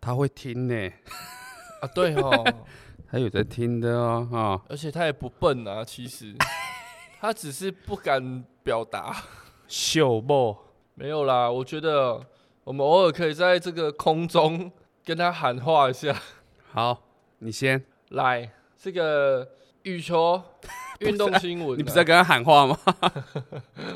他会听 呢，啊，对哦，他有在听的哦，哈、而且他也不笨啊，其 实他只是不敢表达。秀爆，没有啦，我觉得我们偶尔可以在这个空中跟他喊话一下。好，你先，来，这个羽 球运动新闻啊、你不是在跟他喊 话吗？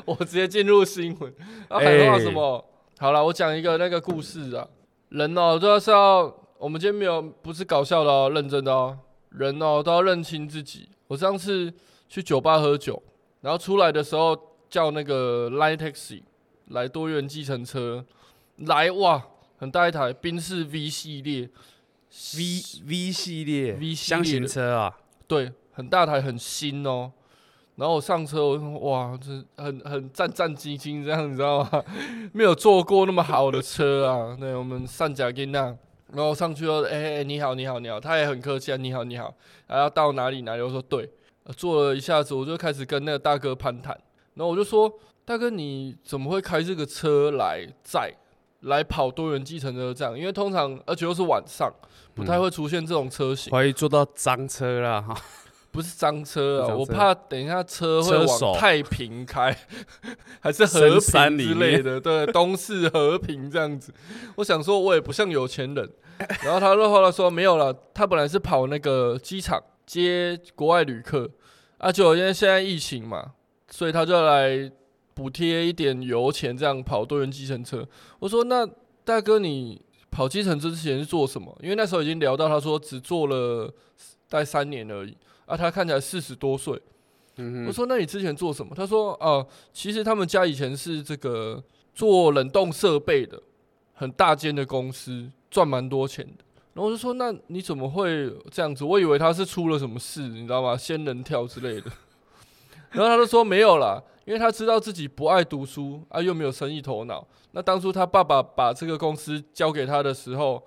我直接进入新闻，啊要喊话什么？好了，我讲一个那个故事啊。人哦，都要是要，我们今天没有不是搞笑的哦，认真的哦。人哦，都要认清自己。我上次去酒吧喝酒，然后出来的时候叫那个 Line Taxi 来多元计程车，来哇，很大一台宾士 V 系列 V V 系列 V 系列箱的型车啊，对，很大台，很新哦。然后我上车，我就说哇，这很很战战兢兢这样，你知道吗？ 没有坐过那么好的车啊。对，我们上甲跟那，然后上去说，哎、哎你好，你好，你好，他也很客气啊，你好，你好，还要到哪里哪里？我说对，呃坐了一下子，我就开始跟那个大哥攀谈，然后我就说，大哥你怎么会开这个车来载来跑多元计程车站？因为通常而且又是晚上，不太会出现这种车型。怀疑坐到脏车啦，哈，不是脏车啊，不我是脏车怕等一下车会车手往太平开，还是和深山平里之类的，对，东市和平这样子。我想说，我也不像有钱人。然后他的话说没有了，他本来是跑那个机场接国外旅客，啊，就因为现在疫情嘛，所以他就来补贴一点油钱，这样跑多元计程车。我说那大哥你跑计程车之前是做什么？因为那时候已经聊到，他说只做了大概三年而已。啊，他看起来四十多岁。嗯我哼，说那你之前做什么？他说哦、其实他们家以前是这个做冷冻设备的，很大间的公司，赚蛮多钱的。然后我就说那你怎么会这样子？我以为他是出了什么事，你知道吗？仙人跳之类的。 然后他就说没有啦，因为他知道自己不爱读书啊，又没有生意头脑。那当初他爸爸把这个公司交给他的时候，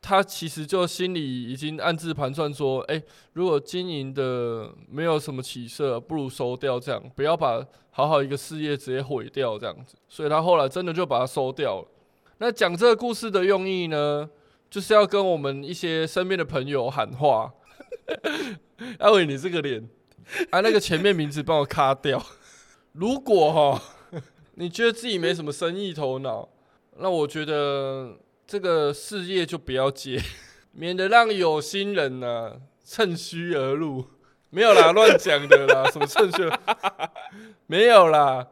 他其实就心里已经暗自盘算说，哎、如果经营的没有什么起色，不如收掉这样，不要把好好一个事业直接毁掉这样子。所以他后来真的就把它收掉了。那讲这个故事的用意呢，就是要跟我们一些身边的朋友喊话。阿伟，你这个脸，啊，那个前面名字帮我卡掉。如果哈，你觉得自己没什么生意头脑，那我觉得这个事业就不要接，免得让有心人呢、趁虚而入。没有啦， 乱讲的啦，什么趁虚而？ 没有啦，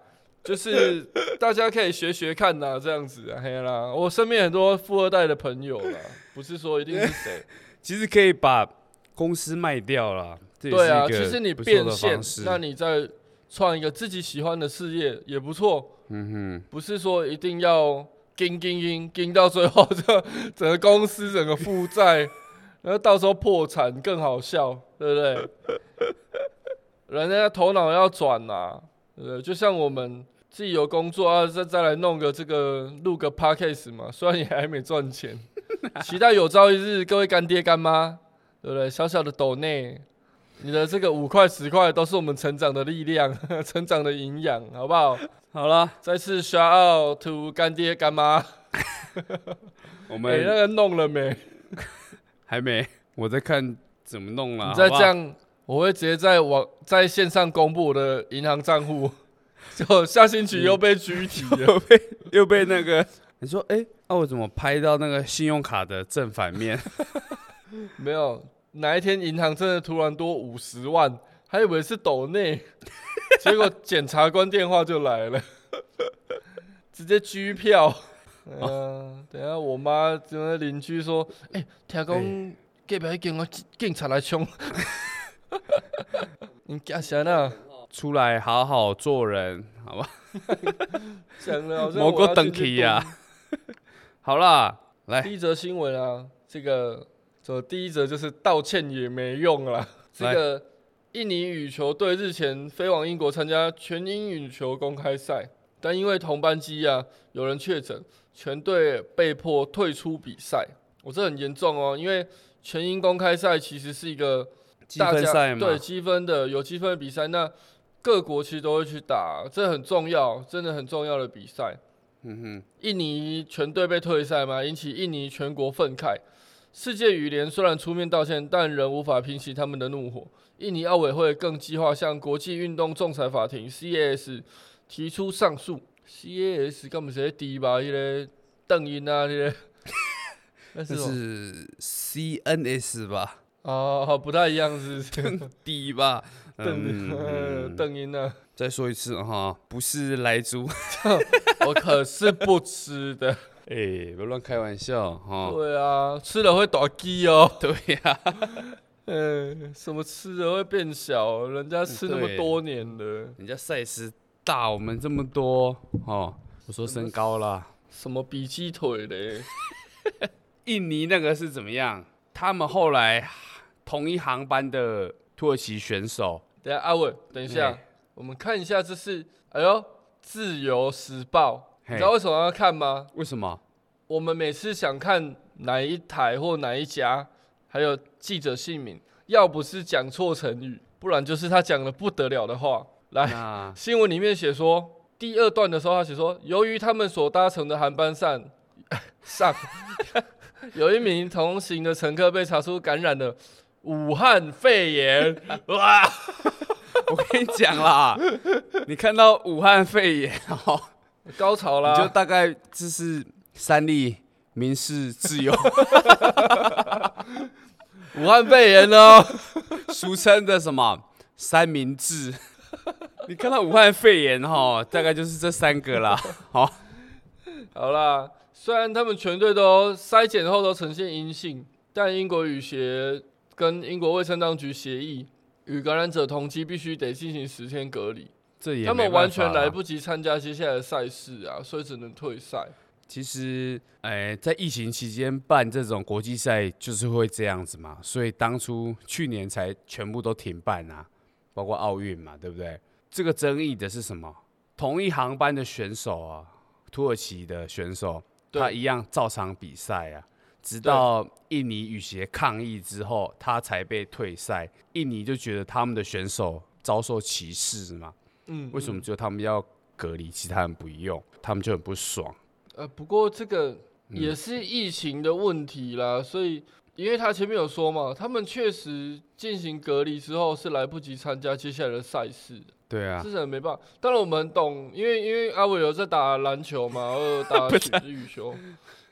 就是大家可以学学看呐，这样子啊，嘿啦。我身边很多富二代的朋友啦，不是说一定是谁，其实可以把公司卖掉了，这也是对啊，一其实个你不错变的现方，式。那你再创一个自己喜欢的事业也不错，嗯不是说一定 要 盯盯盯盯到最后，就整个公司整个负债，然后到时候破产更好笑，对不对？人家头脑要转呐、对不对？就像我们自己有工作啊，再再来弄个这个录个 podcast 嘛，虽然也还没赚 钱，期待有朝一日各位干爹干妈，对不对？小小的抖内。你的这个五块十块都是我们成长的力量， 成长的营养，好不好？哼，好了，再次 shout out to 干爹干妈，我哎、那们个弄了没？还没，我在看怎么弄啦。你再好不好这样，我会直接在网在线上公布我的银行账户， 就下星期又被拘提了。 又被又被那个， 你说哎，那、我怎么拍到那个信用卡的正反 面？没有，哪一天银行真的突然多五十万，还以为是抖内， 结果检察官电话就来了， 直接拘票。嗯、等一下我妈就那邻居说，哎、听讲隔壁警察警察来冲， 你干啥呢？出来好好做人，好吧？讲了好像蘑我菇要等进起去呀、蹲啊。 好啦，来第一则新闻啊，这个这第一则就是道歉也没用啦。这个印尼羽球队日前飞往英国参加全英羽球公开赛，但因为同班机啊有人确诊，全队被迫退出比赛。我、这很严重哦，因为全英公开赛其实是一个积大分家赛嘛，对积分的有积分的比赛，那各国其实都会去打，这很重要，真的很重要的比赛。嗯哼，印尼全队被退赛嘛，引起印尼全国愤慨。世界羽联虽然出面道歉，但仍无法平息他们的怒火。印尼奥委会更计划向国际运动仲裁法庭 （CAS） 提出上诉。CAS 干嘛直接低吧？一个邓英啊， 那个那是什那么是哦 CNS 吧哦，不太一样，是不 是？ ，D 吧，邓嗯，邓英啊， 再说一次哈，不是莱 猪，我可是不吃的。哎，不要乱开玩笑哈，对啊，吃了会打鸡哦。哦 对 呀，嗯，什么吃了会变小？人家吃那么对多年了，人家赛事大我们这么多哦，我说身高啦，什么比鸡腿嘞？印尼那个是怎么样？他们后来同一航班的土耳其选手，等一下阿伟，等一下哎，我们看一下，这是哎呦，《自由时报》，你嘿知道为什么要看吗？为什么？我们每次想看哪一台或哪一家，还有记者姓名，要不是讲错成语，不然就是他讲了不得了的话。来，那新闻里面写说，第二段的时候，他写说，由于他们所搭乘的航班上 上 有一名同行的乘客被查出感染了武汉肺炎，哇！我跟你讲啦，你看到武汉肺炎哦，高潮啦！你就大概就是三立、民事、自由武汉肺炎呢？俗称的什么三 明治。你看到武汉肺炎哈，大概就是这三个啦。好，好啦，虽然他们全队都筛检后都呈现阴性，但英国羽协跟英国卫生当局协议，与感染者同期必须得进行十天隔离。这也他没们办完法全啦来。不及参加接下来的赛事啊，所以只能退赛。其实，哎、在疫情期间办这种国际赛就是会这样子嘛，所以当初去年才全部都停办啊，包括奥运嘛，对不对？这个争议的是什么？同一航班的选手啊，土耳其的选手，对他一样照常比赛啊，直到印尼羽协抗议之后，他才被退赛。印尼就觉得他们的选手遭受歧视嘛，嗯为什么？只有他们要隔离，其他人不用？他们就很不爽。呃，不过这个嗯也是疫情的问题啦，所以因为他前面有说嘛，他们确实进行隔离之后是来不及参加接下来的赛事的，对啊这，是很没办法。当然我们懂，因为因为阿伟有在打篮球嘛，我有打不体育羽球。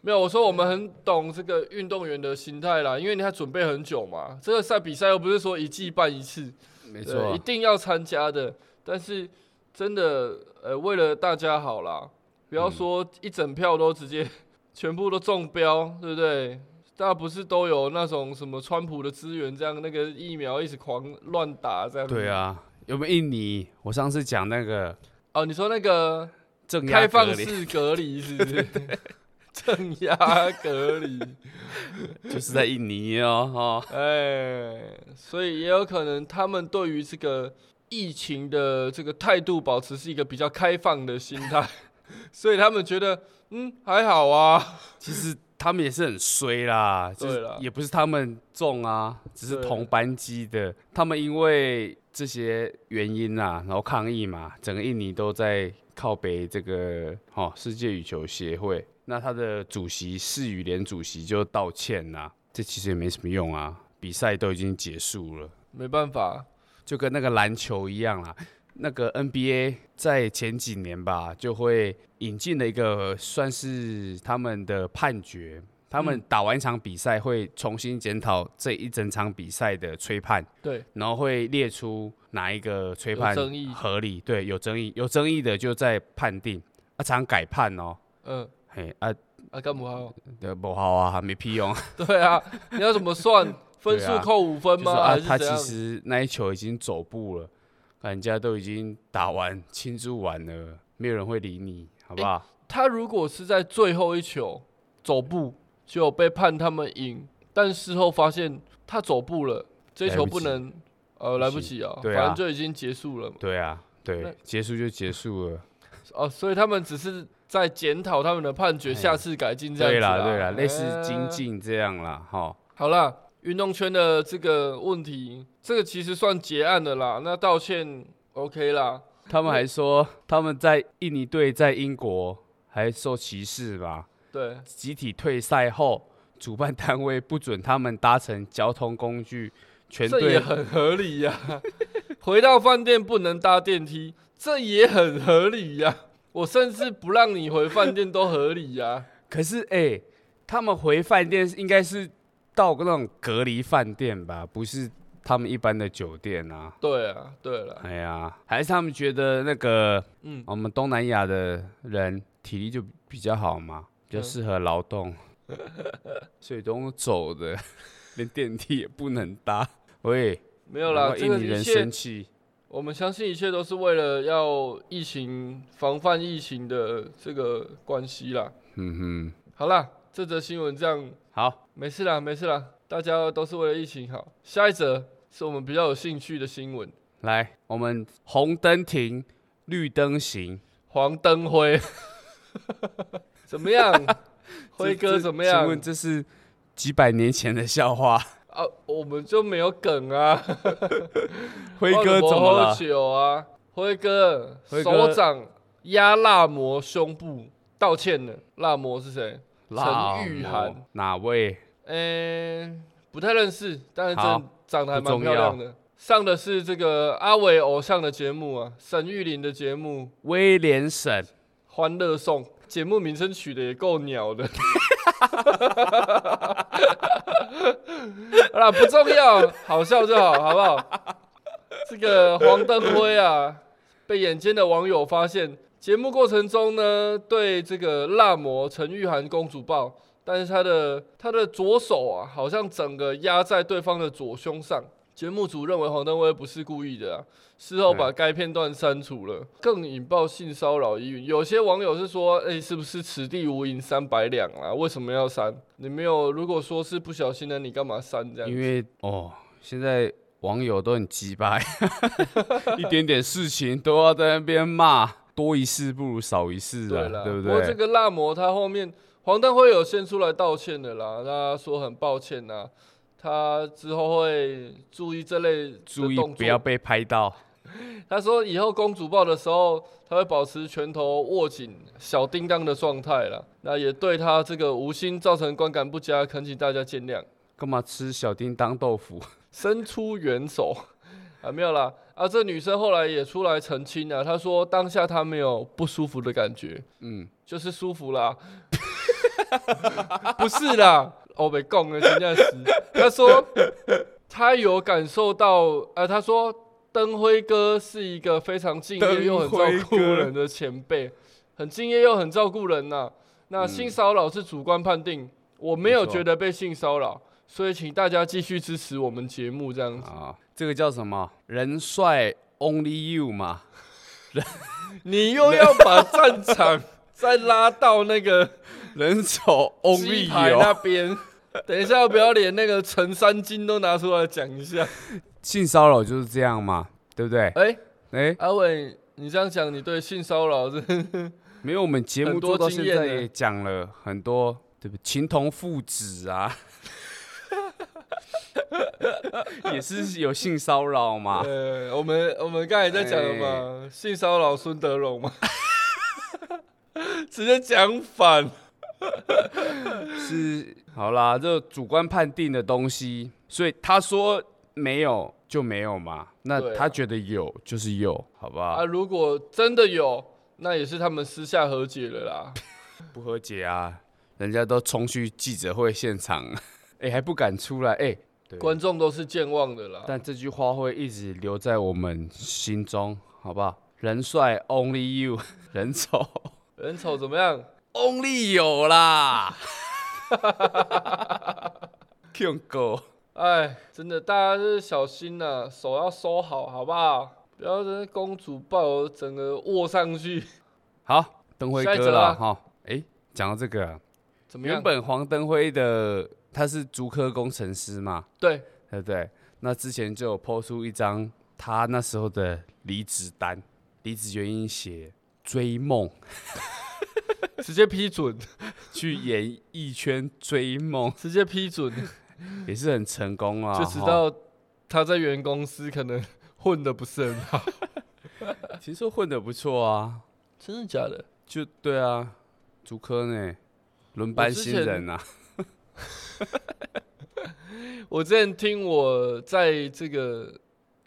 没有，我说我们很懂这个运动员的心态啦，因为你还准备很久嘛。这个赛比赛又不是说一季办一次，没对错啊一，定要参加的。但是真的，呃，为了大家好啦，不要嗯说一整票都直接 全部都中标，对不对？大家不是都有那种什么川普的资源，这样那个疫苗一直狂乱打这样？对。啊，有没有印尼？我上次讲那个哦，你说那个正压开隔放离，式隔离是不是？ 镇压隔离，就是在印尼哦，哈、哎，所以也有可能他们对于这个疫情的这个态度保持是一个比较开放的心态， 所以他们觉得嗯还好啊，其实他们也是很衰啦，就对是啦也不是他们中啊，只是对同班机的，他们因为这些原因啊，然后抗议嘛，整个印尼都在靠北这个哦世界羽球协会，那他的主席世羽联主席就道歉啦、这其实也没什么用啊，比赛都已经结束了。没办法，就跟那个篮球一样啦。那个 NBA 在前几年吧，就会引进了一个算是他们的判决，他嗯们打完一场比赛会重新检讨这一整场比赛的吹判，对，然后会列出哪一个吹判有争议合理，对，有争议，有争议的就在判定，啊，常改判哦，嗯嘿，啊，啊干不好，呃不好啊，没屁用，对啊，你要怎么 算分对数啊扣五分就是吗？啊，还是他怎其样？实那一球已经走步了，人家都已经打完庆祝完了，没有人会理你，好不好？他如果是在最后一球走步就被判他们赢，但事后发现他走步了，这来球不不及能呃来不及啊，对反啊正就已经结束了嘛。对啊，那对，结束就结束 了。哦，所以他们只是在检讨他们的判决，哎下次改进这样对子啦，对啦，类似哎精进这样啦， 哈。好啦，运动圈的这个问题，这个其实算结案的啦。那道歉 OK 啦，他们还说他们在印尼队在英国还受歧视嘛，对，集体退赛后，主办单位不准他们搭乘交通工具，全这也队很合理呀、 回到饭店不能搭电梯，这也很合理呀、我甚至不让你回饭店都合理呀、可是哎、欸他们回饭店应该是到那种隔离饭店吧，不是他们一般的酒店啊。对啊，对了，哎呀，还是他们觉得那个嗯，我们东南亚的人体力就比较好嘛，比较嗯适合劳动， 所以都用走的，连电梯也不能搭。喂，没有难啦，怪这印个尼一人切生气，我们相信一切都是为了要疫情防范疫情的这个关系啦。嗯好啦，这则新闻这样哼，好，没事啦，没事啦，大家都是为了疫情好。下一则是我们比较有兴趣的新闻，来，我们红灯停，绿灯行，黄灯辉 怎么样？辉 这哥这怎么请样问？这是几百年前的笑话？啊，我们就没有梗啊。 辉哥怎么了？酒啊，辉哥，辉哥手掌压辣魔胸部，道歉了。辣魔是谁？辣陈玉哦涵哪位？诶、不太认识，但是好真长得还不蛮重漂亮的。上的是这个阿伟偶像的节目啊，沈玉琳的节目威廉省《欢乐颂》，节目名称取的也够鸟 的。好啦，不重要，好笑就好，好不好？ 这个黄登辉啊，被眼尖的网友发现，节目过程中呢，对这个辣模陈玉涵公主抱，但是她的她的左手啊，好像整个压在对方的左胸上。节目组认为黄登辉不是故意的、啊，事后把该片段删除了，更引爆性骚扰疑云。有些网友是说，哎、是不是此地无银三百两啊？为什么要删？你没有，如果说是不小心的，你干嘛删这样子？因为哦，现在网友都很鸡巴， 一点点事情都要在那边骂，多一事不如少一事对啊，啦，对不过这个对？辣模他后面黄丹辉有先出来道歉的啦，他说很抱歉呐、他之后会注意这类的注意动不要作。被拍到。他说以后公主抱的时候，他会保持拳头握紧、小叮当的状态啦。那也对他这个无心造成观感不佳，恳请大家见谅，干嘛吃小叮当 豆腐？伸出援手。 啊，没有啦，啊，这女生后来也出来澄清了、她说当下她没有不舒服的感觉，嗯，就是舒服啦， 不是啦，我被供了，真的是。他说他有感受到，呃，他说灯辉哥是一个非常敬业又很照顾灯辉哥嗯人的前辈，很敬业又很照顾人呐、那性骚扰是主观判定，我没有没错觉得被性骚扰，所以请大家继续支持我们节目这样子。啊，这个叫什么？人帅 Only You 嘛，你又要把战 场再拉到那个。人丑 Only 鸡排 You 那。边。等一下，要不要连那个陈三金都拿出来讲一下？性骚扰就是这样嘛，对不对？哎、哎、阿伟，你这样讲，你对性骚扰 是没有，我们节目很多做到经现验在呢也讲了很多，对不对？情同父子啊， 也是有性骚扰嘛。呃，我们我们刚才在讲了嘛，哎性骚扰孙德荣 嘛，直接讲反。是，好啦，这主观判定的东西，所以他说没有就没有嘛，对啊那他觉得有就是有，好不好啊，？如果真的有，那也是他们私下和解了啦。不和解啊，人家都冲去记者会现场， 哎、还不敢出来，哎、对观众都是健忘的啦。但这句话会一直留在我们心中，好不好？人帅 only you，人丑人丑怎么样？ only 有啦。Q 狗，哎，真的，大家就是小心呐、手要收好，好不好？不要这公主抱整个握上去，好，灯辉下一则哥啦，啦哈，哎、讲到这个啊，怎么样？原本黄灯辉的他是竹科工程师嘛，对，对不对？那之前就有抛出一张他那时候的离职单，离职原因写追梦， 直接批准， 去演艺圈追梦。 直接批准，也是很成功啊，就知齁。道他在原公司可能混的不是很好。其实混的不错啊，真的假的？就对啊，竹科呢，轮班新人啊，我之前听我在这个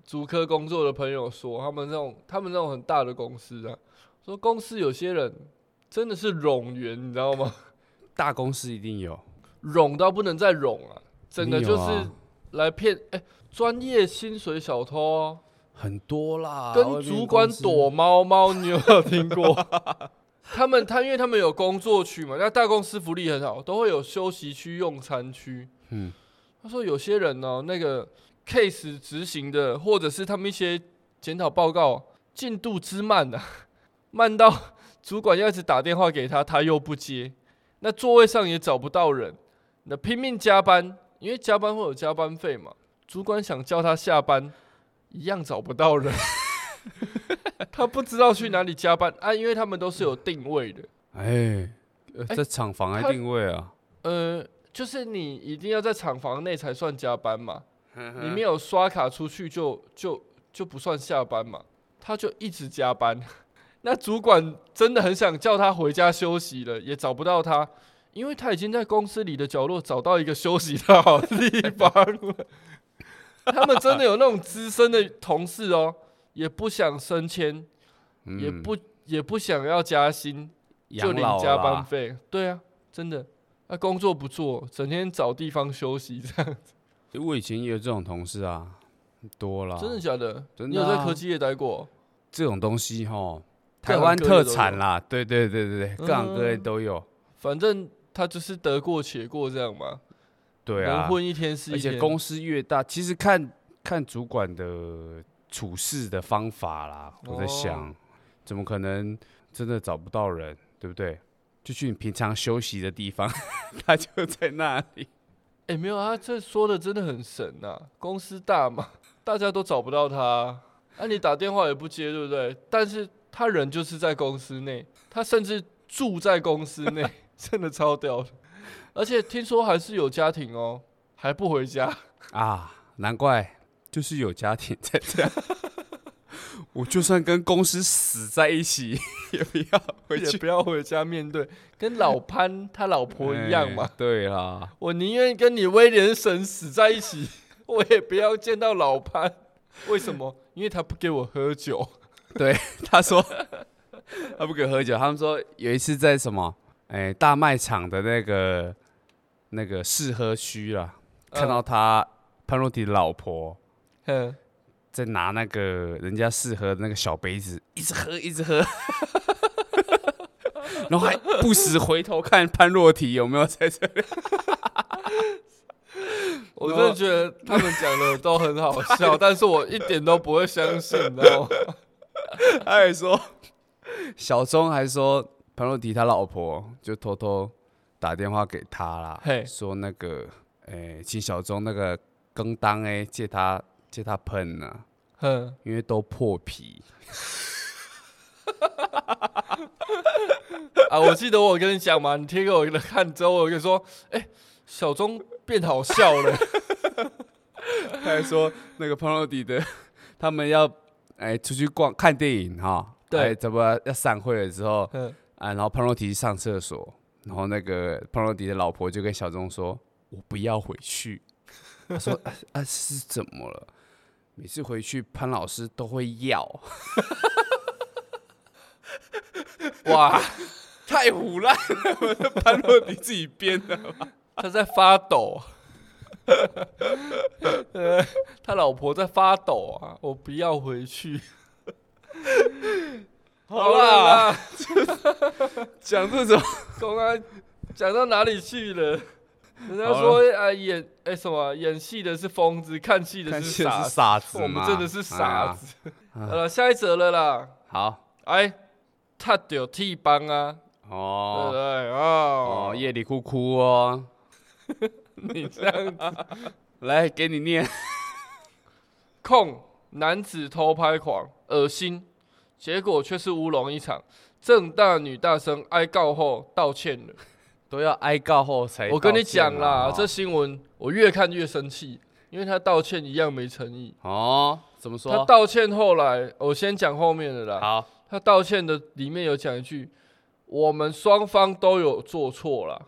足科工作的朋友说，他们这种他们这种很大的公司啊，说公司有些人真的是冗员，你知道吗？大公司一定有，冗到不能再冗啊，整个一定就有是啊来骗哎，专、业薪水小偷哦、很多啦，跟主管躲猫猫，你有没有听过？他们他因为他们有工作区嘛，那大公司福利很好，都会有休息区、用餐区。嗯，他说有些人哦，那个 case 执行的，或者是他们一些检讨报告进度之慢啊， 慢到主管要一直打电话给他，他又不接，那座位上也找不到人，那拼命加班，因为加班会有加班费嘛，主管想叫他下班，一样找不到人。他不知道去哪里加班啊，因为他们都是有定位的，哎、呃哎这厂房还他定位啊，呃，就是你一定要在厂房内才算加班嘛，你没有刷卡出去就就就不算下班嘛，他就一直加班。 那主管真的很想叫他回家休息了，也找不到他，因为他已经在公司里的角落找到一个休息的好地方了。 他们真的有那种资深的同事哦，也不想升迁，嗯也不也不想要加薪，就养领老啊加啦班费。对啊，真的，那、工作不做，整天找地方休息，这样、我以前也有这种同事啊，多了，真的假的？真的你有在啊科技业待过？这种东西哈，各台行湾各业特都产有嗯啦，对对对对对，各行各业都有，反正他就是得过且过这样嘛，对能啊，混一天是而一且天。公司越大，其实看看主管的处事的方法啦，我在哦想，怎么可能真的找不到人，对不对？就去你平常休息的地方， 他就在那里。哎、没有啊，这说的真的很神呐、公司大嘛，大家都找不到他啊，啊你打电话也不接，对不对？但是他人就是在公司内，他甚至住在公司内， 真的超屌的。而且听说还是有家庭哦，还不回家。啊，难怪就是有家庭才这样。 我就算跟公司死在一起， 也不要回也去不要回家面对，跟老潘他老婆一样嘛哎。对啦，我宁愿跟你威廉神死在一起， 我也不要见到老潘。为什么？因为他不给我喝酒。他说 他不给我喝酒，他们说有一次在什么，哎、大卖场的那个那个试喝区啦，看到他潘若迪的老婆嗯，在拿那个人家试喝的那个小杯子，一直喝，一直喝。 然后还不时回头看潘若迪有没有在这里，我真的觉得他们讲的都很好 笑，但是我一点都不会相信，你知道吗？ 他还说，小钟还说潘若迪他老婆就偷偷打电话给他啦，嘿说那个，诶、请小钟那个更当诶借他借他喷啊，嗯，因为都破皮，啊，我记得我跟你讲嘛，你贴给我一个看之后，我跟你说，哎、小钟变好笑了。 他还说那个潘若迪的，他们要哎、出去逛看电影哈，对哎怎么要散会了之后嗯，啊，然后潘若迪上厕所，然后那个潘若迪的老婆就跟小钟说：“我不要回去。”他说：“啊啊是怎么了？每次回去潘老师都会要， 哇，太胡乱了，潘若迪自己编的。”他在发 抖。呃，他老婆在发抖啊！我不要回去。 好啦，讲这种公安讲到哪里去了？人家好说啊，演哎、什么演戏的是疯子，看戏的看是起傻来是子，傻子嘛，我们真的是傻啊子。好了，下一则了啦。好哎，他丢替帮啊，对啊不哦对？哦，哦，夜里哭哭哦，你这样子来给你念。控男子偷拍狂，恶心，结果却是乌龙一场。正大女大生哀告后道歉了。都要哀告后才道歉啊。我跟你讲啦，哦这新闻我越看越生气，因为他道歉一样没诚意。哦，怎么他说？道歉后来，我先讲后面的啦。好，他道歉的里面有讲一句：“我们双方都有做错啦，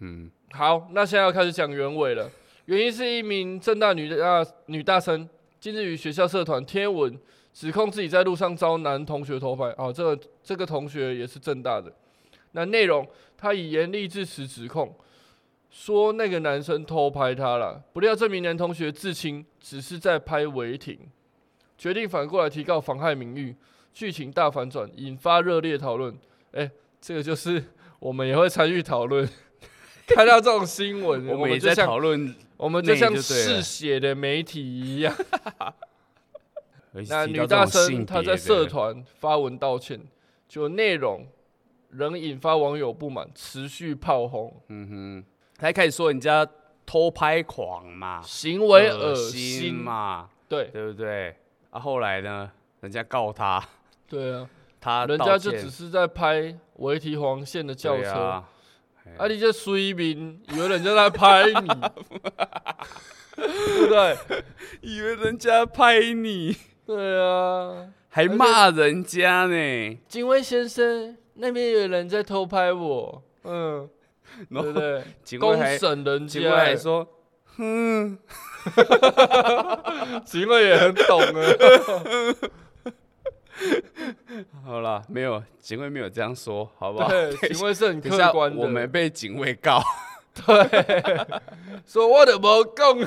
嗯，好，那现在要开始讲原委了。原因是一名正大女大女大生近日于学校社团贴文，指控自己在路上遭男同学偷拍。哦，这个这个同学也是正大的。那内容，她以严厉致辞指控，说那个男生偷拍她了。不料这名男同学自清，只是在拍违停，决定反过来提告妨害名誉。剧情大反转，引发热烈讨论。哎、这个就是我们也会参与讨论。 看到这种新闻，我我们也就在像讨论我们就像内就对了嗜血的媒体一 样。而且那提女到这大种性生她别在社的团发文道歉，就内容仍引发网友不满，持续炮轰，他一开始说人家偷拍狂嘛，行为恶恶心心。嘛，对对不对？啊，后来呢，人家告他，对啊，他人道家就歉只是在拍违停黄线的轿对车，啊啊，你这水民，以为人家在拍你， 对不对？以为人家拍你，对啊，还且骂人家呢，警卫先生那边有人在偷拍我，嗯，然对不后对？警卫公还审人警卫家欸，还说，嗯，警卫也很懂啊。 好了，没有，警卫没有这样说，好不好？对，警卫是很等一下客观的。我们被警卫告，说我的毛共，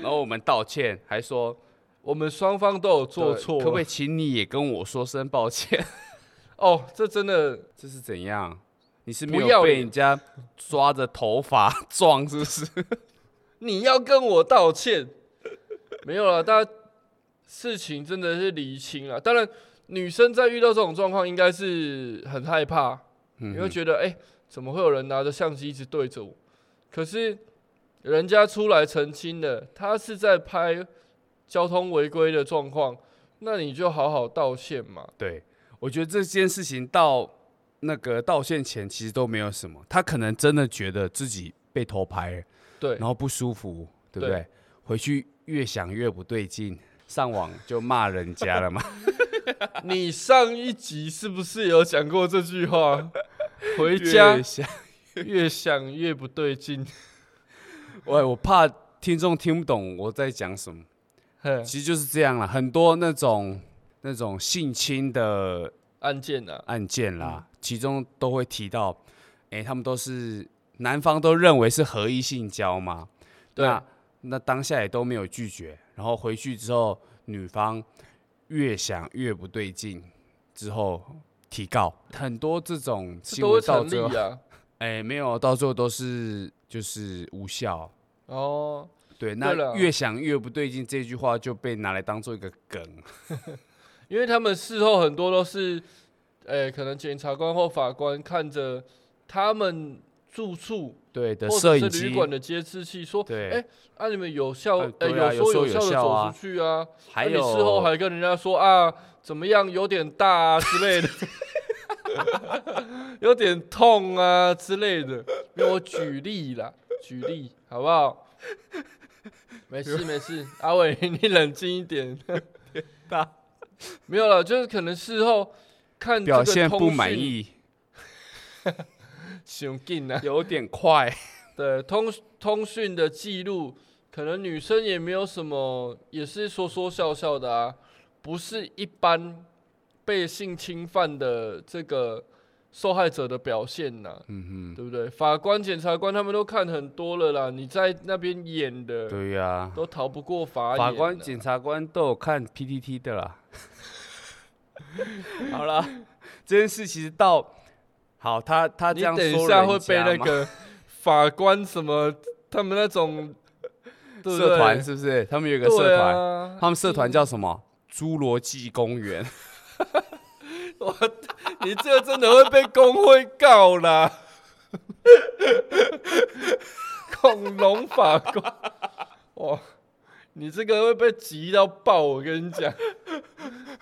然后我们道歉，还说 我们双方都有做对错。可不可以请你也跟我说声抱歉？哦，这真的这是怎样？你是不没有要被脸人家抓着头发 撞，是 不是？你要跟我道歉。 没有了，大家事情真的是厘清了。当然，女生在遇到这种状况，应该是很害怕，你会觉得哎、诶怎么会有人拿着相机一直对着我？可是人家出来澄清的，他是在拍交通违规的状况，那你就好好道歉嘛。对，我觉得这件事情到那个道歉前其实都没有什么，他可能真的觉得自己被偷拍了，对然后不舒服，对不对？对回去越想越不对劲，上网就骂人 家了嘛。你上一集是不是有讲过这句话？回家越想越想越不对劲。 喂，我怕听众听不懂我在讲什么，嘿其实就是这样了。很多那种那种性侵的案件啊，案件啦，其中都会提到，哎、他们都是男方都认为是合意性交嘛，对那那当下也都没有拒绝，然后回去之后，女方越想越不对劲，之后提告，很多这种这新都会闻到成最后，立啊。哎、没有，到最后都是就是无效。哦，对，对那了越想越不对劲这句话就被拿来当做一个梗，因为他们事后很多都是，诶、可能检察官或法官看着他们住处对的，或摄者影是机旅馆的监视器，说对，哎啊，你们有效，呃诶、对啊有说有说有效的笑啊走出去啊，还啊你有事后还跟人家说啊，怎么样，有点大啊之类的， 有点痛啊之类的。因为我举例啦，举例好不好？没事没事，阿 伟你冷静一点。大没有了，就是可能事后看表现不满，意，熊劲啊。 有点快，对，通通讯的记录，可能女生也没有什么，也是说说笑笑的啊，不是一般被性侵犯的这个受害者的表现呐、嗯对不对？法官、检察官他们都看很多了啦，你在那边演哼，的对呀、都逃不过法眼、法官、，检察官都有看 PTT 的 啦。好啦，这件事其实到好，他他这你样说等一下人会被家那嘛 个法官什么他们那种对不社团对是不是？他们有一个对社团，啊他们社团叫什么？侏罗纪公园。我，你这个真的会被工会告啦！恐龙法官，哇，你这个会被急到爆！我跟你讲，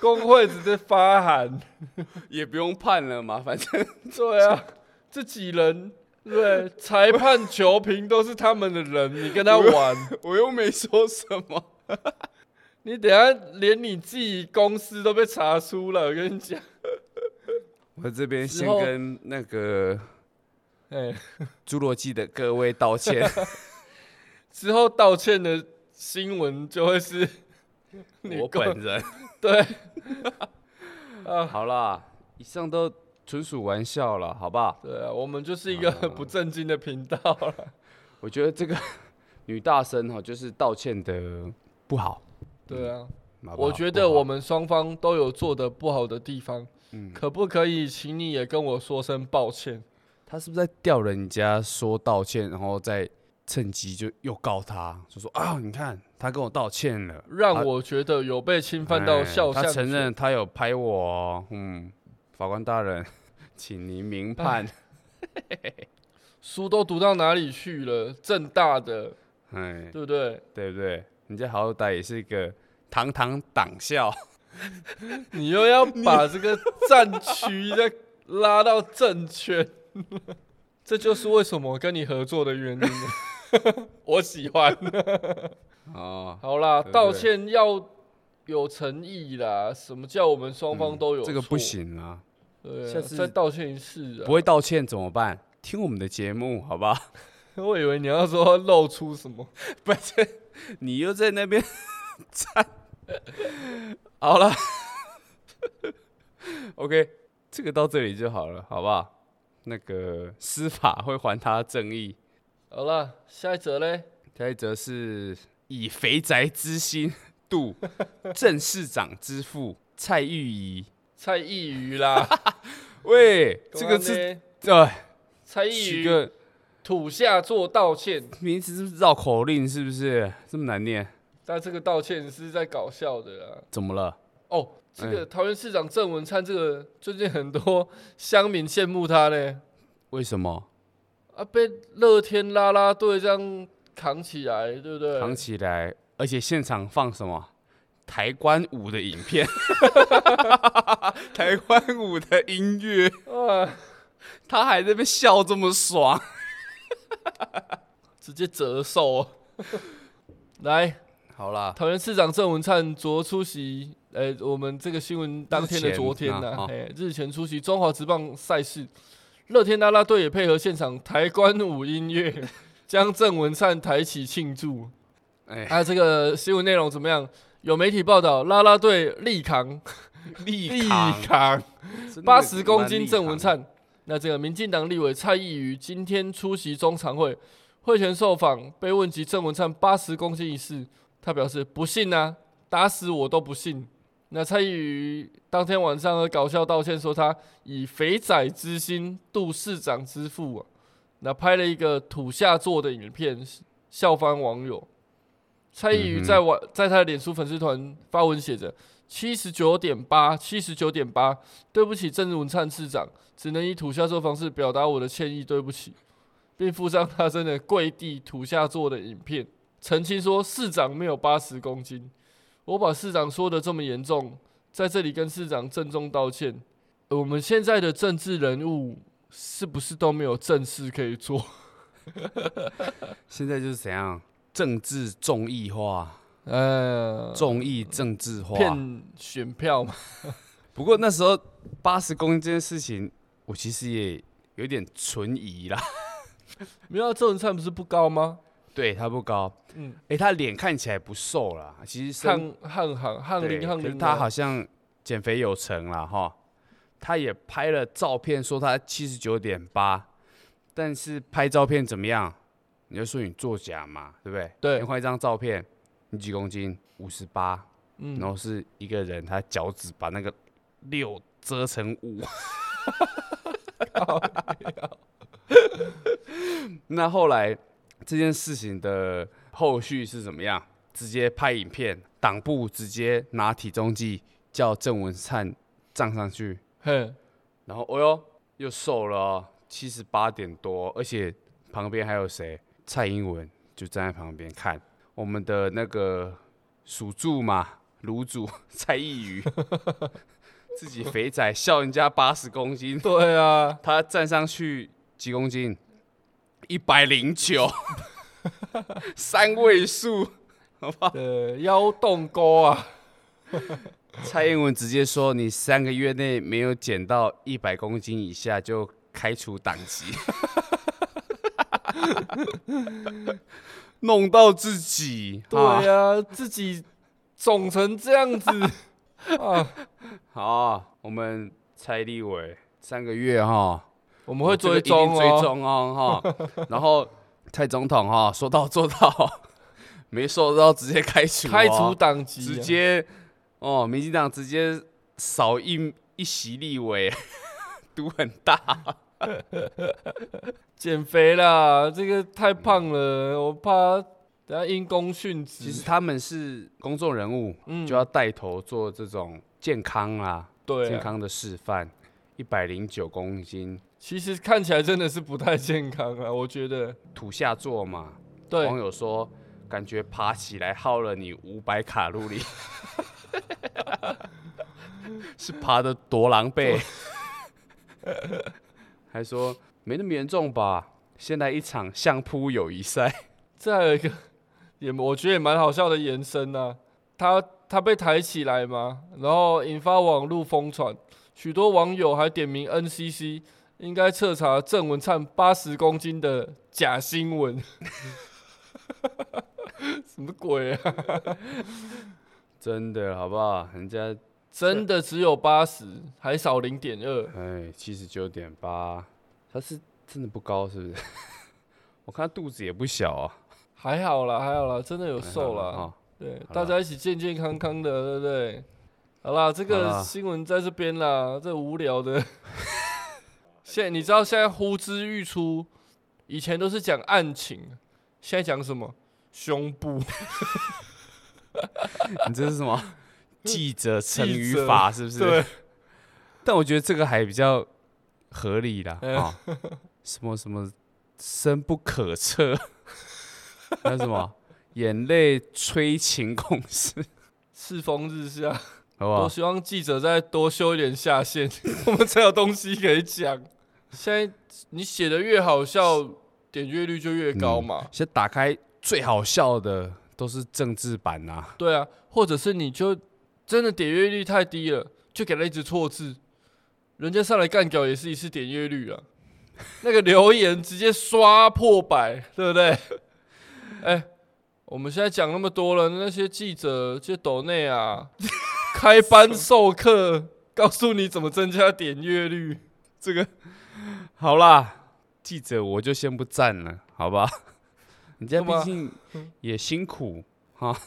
工会直接发函。 也不用判了嘛，反正 对啊，这几人，对，裁判、球评都是他们的人，你跟他玩，我又没说什么。你等下连你自己公司都被查出了。我跟你讲，我这边之先后跟那个哎，侏罗纪的各位道歉，之后道歉的新闻就会是 你我够本人。 对啊，好啦，以上都纯属玩笑了，好不好？对啊，我们就是一个很不正经的频道 了。我觉得这个 女大生哈，就是道歉的不好。对啊，嗯好不好我觉得不好我们双方都有做的不好的地方，嗯可不可以请你也跟我说声抱歉？他是不是在吊人家说道歉，然后再趁机就又告他，就说啊，你看他跟我道歉了，让他我觉得有被侵犯到哎肖像他权。承认他有拍我哦、嗯，法官大人， 请您明判。书都读到哪里去了？正大的，哎，对不对？对不对？人家好歹也是一个堂堂党校，你又 要把这个战区再拉到政 权，这就是为什么我跟你合作的原 因了。我喜欢。哦，好啦，对不对道歉要有诚意啦。什么叫我们双方嗯都有、这个不。行啊，对啊、下次再道歉一次、啊不。会道歉怎么办？听我们的节目，好吧？ 我以为你要说露出什么。不是，你又在那边 站。 好了，OK，这个到这里就好了，好不好？那个司法会还他正义。好啦，下一则嘞。下一则是以肥宅之心度 郑市长之父蔡玉仪。蔡意瑜 啦，喂，这个是是呃，啊蔡意取瑜个土下做道歉。名字是不是绕口令，是不是这么难念？但这个道歉是在搞笑的啦。怎么了？哦，这哎个桃园市长郑文灿，这个最近很多乡民羡慕他呢，为什么啊，被乐天啦啦队这样扛起来，对不对？扛起来？而且现场放什么台湾舞的影 片，台湾舞的音乐，啊，他还在那边笑这么爽。直接折寿、哦。 来，好啦，桃园市长郑文灿昨出席，呃，我们这个新闻当天的昨天日前呢、啊哎、日前出席中华职棒赛事，乐天啦啦队也配合现场台湾舞音乐， 将郑文灿抬起庆祝。哎，啊，这个新闻内容怎么样？有媒体报道，啦啦队力扛力扛扛真的八十公蛮斤力郑文扛灿。那这个民进党立委蔡意瑜今天出席中常会，会前受访被问及郑文灿八十公斤一事，他表示不信啊，打死我都不信。那蔡意瑜当天晚上和搞笑道歉说，他以肥仔之心度市长之腹啊，那拍了一个土下座的影片，笑翻网友。蔡依嗯瑜哼在网在他的脸书粉丝团发文写着：七十九点八，七十九点八，对不起，郑文灿市长，只能以土下座方式表达我的歉意，对不起，并附上他真的跪地土下座的影片，澄清说市长没有八十公斤，我把市长说的这么严重，在这里跟市长郑重道歉。呃我们现在的政治人物是不是都没有正事可以做？ 现在就是怎样政治众议化，呃，众议政治化。骗选票嘛，不过那时候八十公斤这件事情，我其实也有点存疑嗯啦。没有啊郑文灿不是不高吗？对他不高，嗯，诶，他脸看起来不瘦啦，其实身汉汉行汉对林汉可是林，啊他好像减肥有成啦哈。他也拍了照片，说他七十九点八，但是拍照片怎么样？你就说你作假嘛，对不对？对你换一张照片，你几公斤？五十八，嗯然后是一个人，他脚趾把那个六遮成 五。那后来这件事情的后续是怎么样？直接拍影片，党部直接拿体重计叫郑文灿站上去，嘿，然后哦哟又瘦了七十八点多，而且旁边还有谁？蔡英文就站在旁边看我们的那个属柱嘛，卤煮 蔡意宇，自己肥仔笑人家八十公斤，对 啊，他站上去几公斤？一百零九，三位数。对腰动高 啊，蔡英文直接说：“你三个月内没有减到一百公斤以下，就开除党籍。”弄到自己，对啊呀、自己肿成这样 子啊，好啊，我们蔡立伟三个月哈，我们会这个追一定踪追哦。踪哦哈。然后蔡总统哈，说到做到， 没说到直接开除哦，开除党籍、啊直，接哦，民进党直接少一一席立委， 赌很大。减肥啦，这个太胖了，我怕等下因公殉其实职。他们是公众人物，嗯就要带头做这种健康啊、对健啊、康的示范。一百零九公斤，其实看起来真的是不太健康啊， 我觉得。土下座嘛。对网，友说，感觉爬起来耗了你五百卡路里， 是爬的多狼狈。 还说没那么严重吧？先来一场相扑友谊赛。这还有一个也我觉得也蛮好笑的延伸呐、他他被抬起来嘛，然后引发网络疯传，许多网友还点名 NCC 应该彻查郑文灿八十公斤的假新 闻。什么鬼啊！真的好不好？人家真的只有八十，还少零点二。哎七十九点八，他是真的不高是不 是？我看他肚子也不小啊，还好啦，还好啦，真的有瘦 了啦。啊。对，好大啦家一起健健康康的，对不对？好啦，这好个啦新闻在这边啦，这无聊的。 现在你知道现在呼之欲出，以前都是讲案情，现在讲什么？胸部你这是什 么记者成记语者法是不是？对，但我觉得这个还比较合理啦嗯啊、什么什么深不 可测，还有什么眼泪催情攻势，世风日下，好不我好？希望记者再多修一点下限， 我们才有东西可以讲。现在你写的越好笑，点阅率就越高嘛。先打开最好笑的都是政治版呐、啊，对啊，或者是你就真的点阅率太低了，就给他一直错字，人家上来干掉也是一次点阅率 啊，那个留言直接刷破百，对不对？ 哎、我们现在讲那么多了，那些记者、这些抖内 啊，开班授课，告诉你怎么增加点阅率。这个好啦，记者我就先不站了，好 吧？人家干毕嘛竟嗯也辛苦，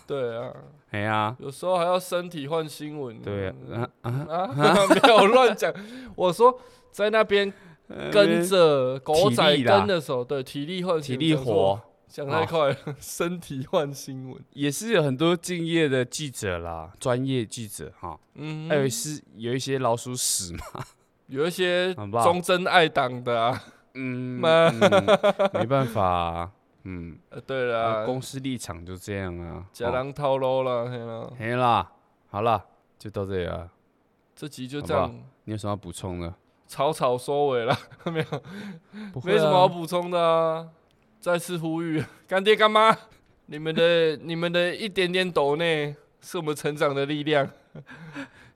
对啊，哎呀、有时候还要身体换新闻。对啊，啊啊，啊， 没有乱讲，我说在那边跟着狗仔呃体力啦跟的时候，对体力换体力活。讲太快了， 身体换新闻。也是有很多敬业的记者啦，专业记者哈，嗯，还有是有一些老鼠屎嘛，有一些好不好忠贞爱党的啊，嗯， 妈嗯没办法、啊，嗯，呃对啊啦，公司立场就这样啊，假哦狼套路啦，嘿啦，嘿啦，好啦，就到这里了，这集就好这不好样你有什么要补充的？草草收尾了，没有，不会没什么好啊，补充的啊。再次呼吁 干爹干妈，你们的你们的一点点抖内是我们成长的力量。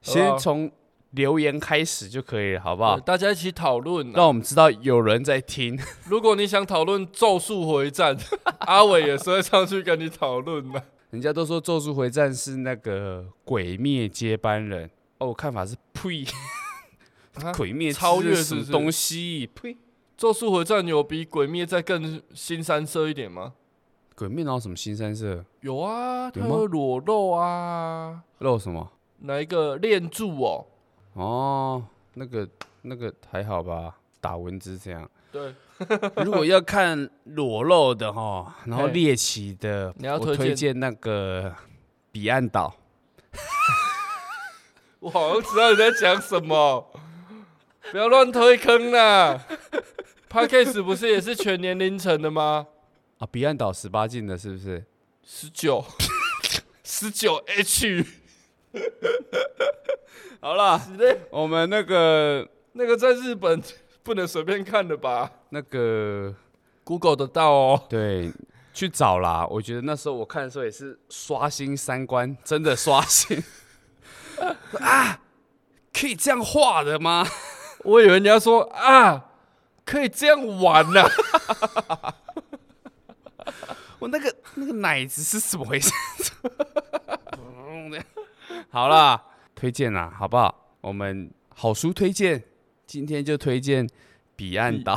先从留言开始就可以了，好不好对？大家一起讨论啊。让我们知道有人在听，如果你想讨论《咒术回战》， 阿伟也是会上去跟你讨论的。人家都说《咒术回战》是那个《鬼灭》接班人，哦，我看法是呸，啊鬼灭之超越刃什是么不是东西？呸！咒术回战有比鬼灭再更新三色一点吗？鬼灭哪有什么新三色？有啊，他有吗有裸露啊，露什么？哪一个练柱哦？哦，那个那个还好吧，打蚊子 这样。对，如果要看裸露的哈，然后嘿猎奇的，你要我推推荐荐那个彼岸岛。我好像知道你在讲什么， 不要乱推坑啦。p a c k a s e 不是也是全年龄层的吗？啊，彼岸岛十八禁的，是不是？十九， 十九 H，好啦，我们那个那个在日本不能随便看的吧那个？Google 得到哦。对，去找啦。我觉得那时候我看的时候也是刷新三观，真的刷新 啊！可以这样画的吗？啊我以为人家说啊，可以这样玩呐、我那个那个奶子是怎么回事？ 好啦，推荐啦，好不好？我们好书推荐，今天就推荐《彼岸岛》。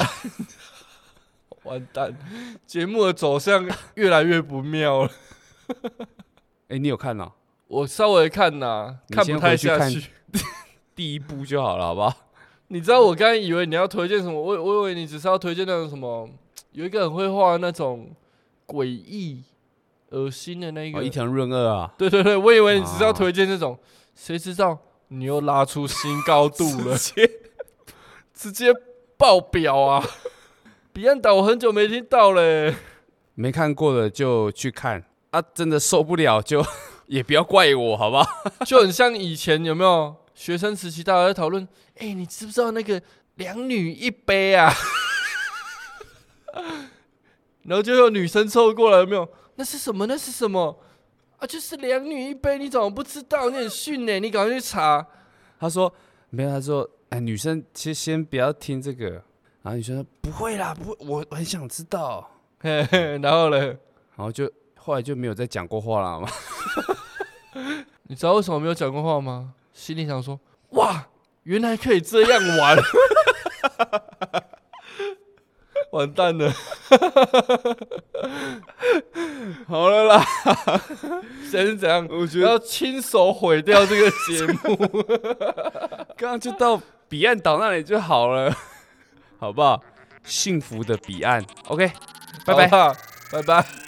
完蛋，节目的走向越来越不妙了。哎、你有看哦？我稍微看呐、你看先不太回去下看去。第一部就好了，好不好？你知道我刚才以为你要推荐什么，我我以为你只是要推荐那种什么，有一个很会画那种诡异、恶心的那个。哦，伊藤润 二啊，对对对，我以为你只是要啊推荐这种，谁知道你又拉出新高度了，直接直接爆表啊！ 彼岸岛我很久没听到嘞、没看过的就去看啊，真的受不了 就也不要怪我，好不好？ 就很像以前有没有学生时期大家在讨论，哎、你知不知道那个两女一杯啊？ 然后就有女生凑过来，有没有？那是什么？那是什么？啊，就是两女一杯，你怎么不知道？你很逊呢、你赶快去查。 他说没有，他说哎，女生其实先不要听这个。然后女生说不会啦，不会，我我很想知道。嘿嘿，然后嘞，然后就后来就没有再讲过话了嘛。你知道为什么没有讲过话吗？心里想说，哇，原来可以这样玩，完蛋了， 好了啦，现在是怎样？我觉要亲手毁掉这个节目。刚刚就到彼岸岛那里就好了，好不好？幸福的彼岸，OK，拜拜。拜，拜拜。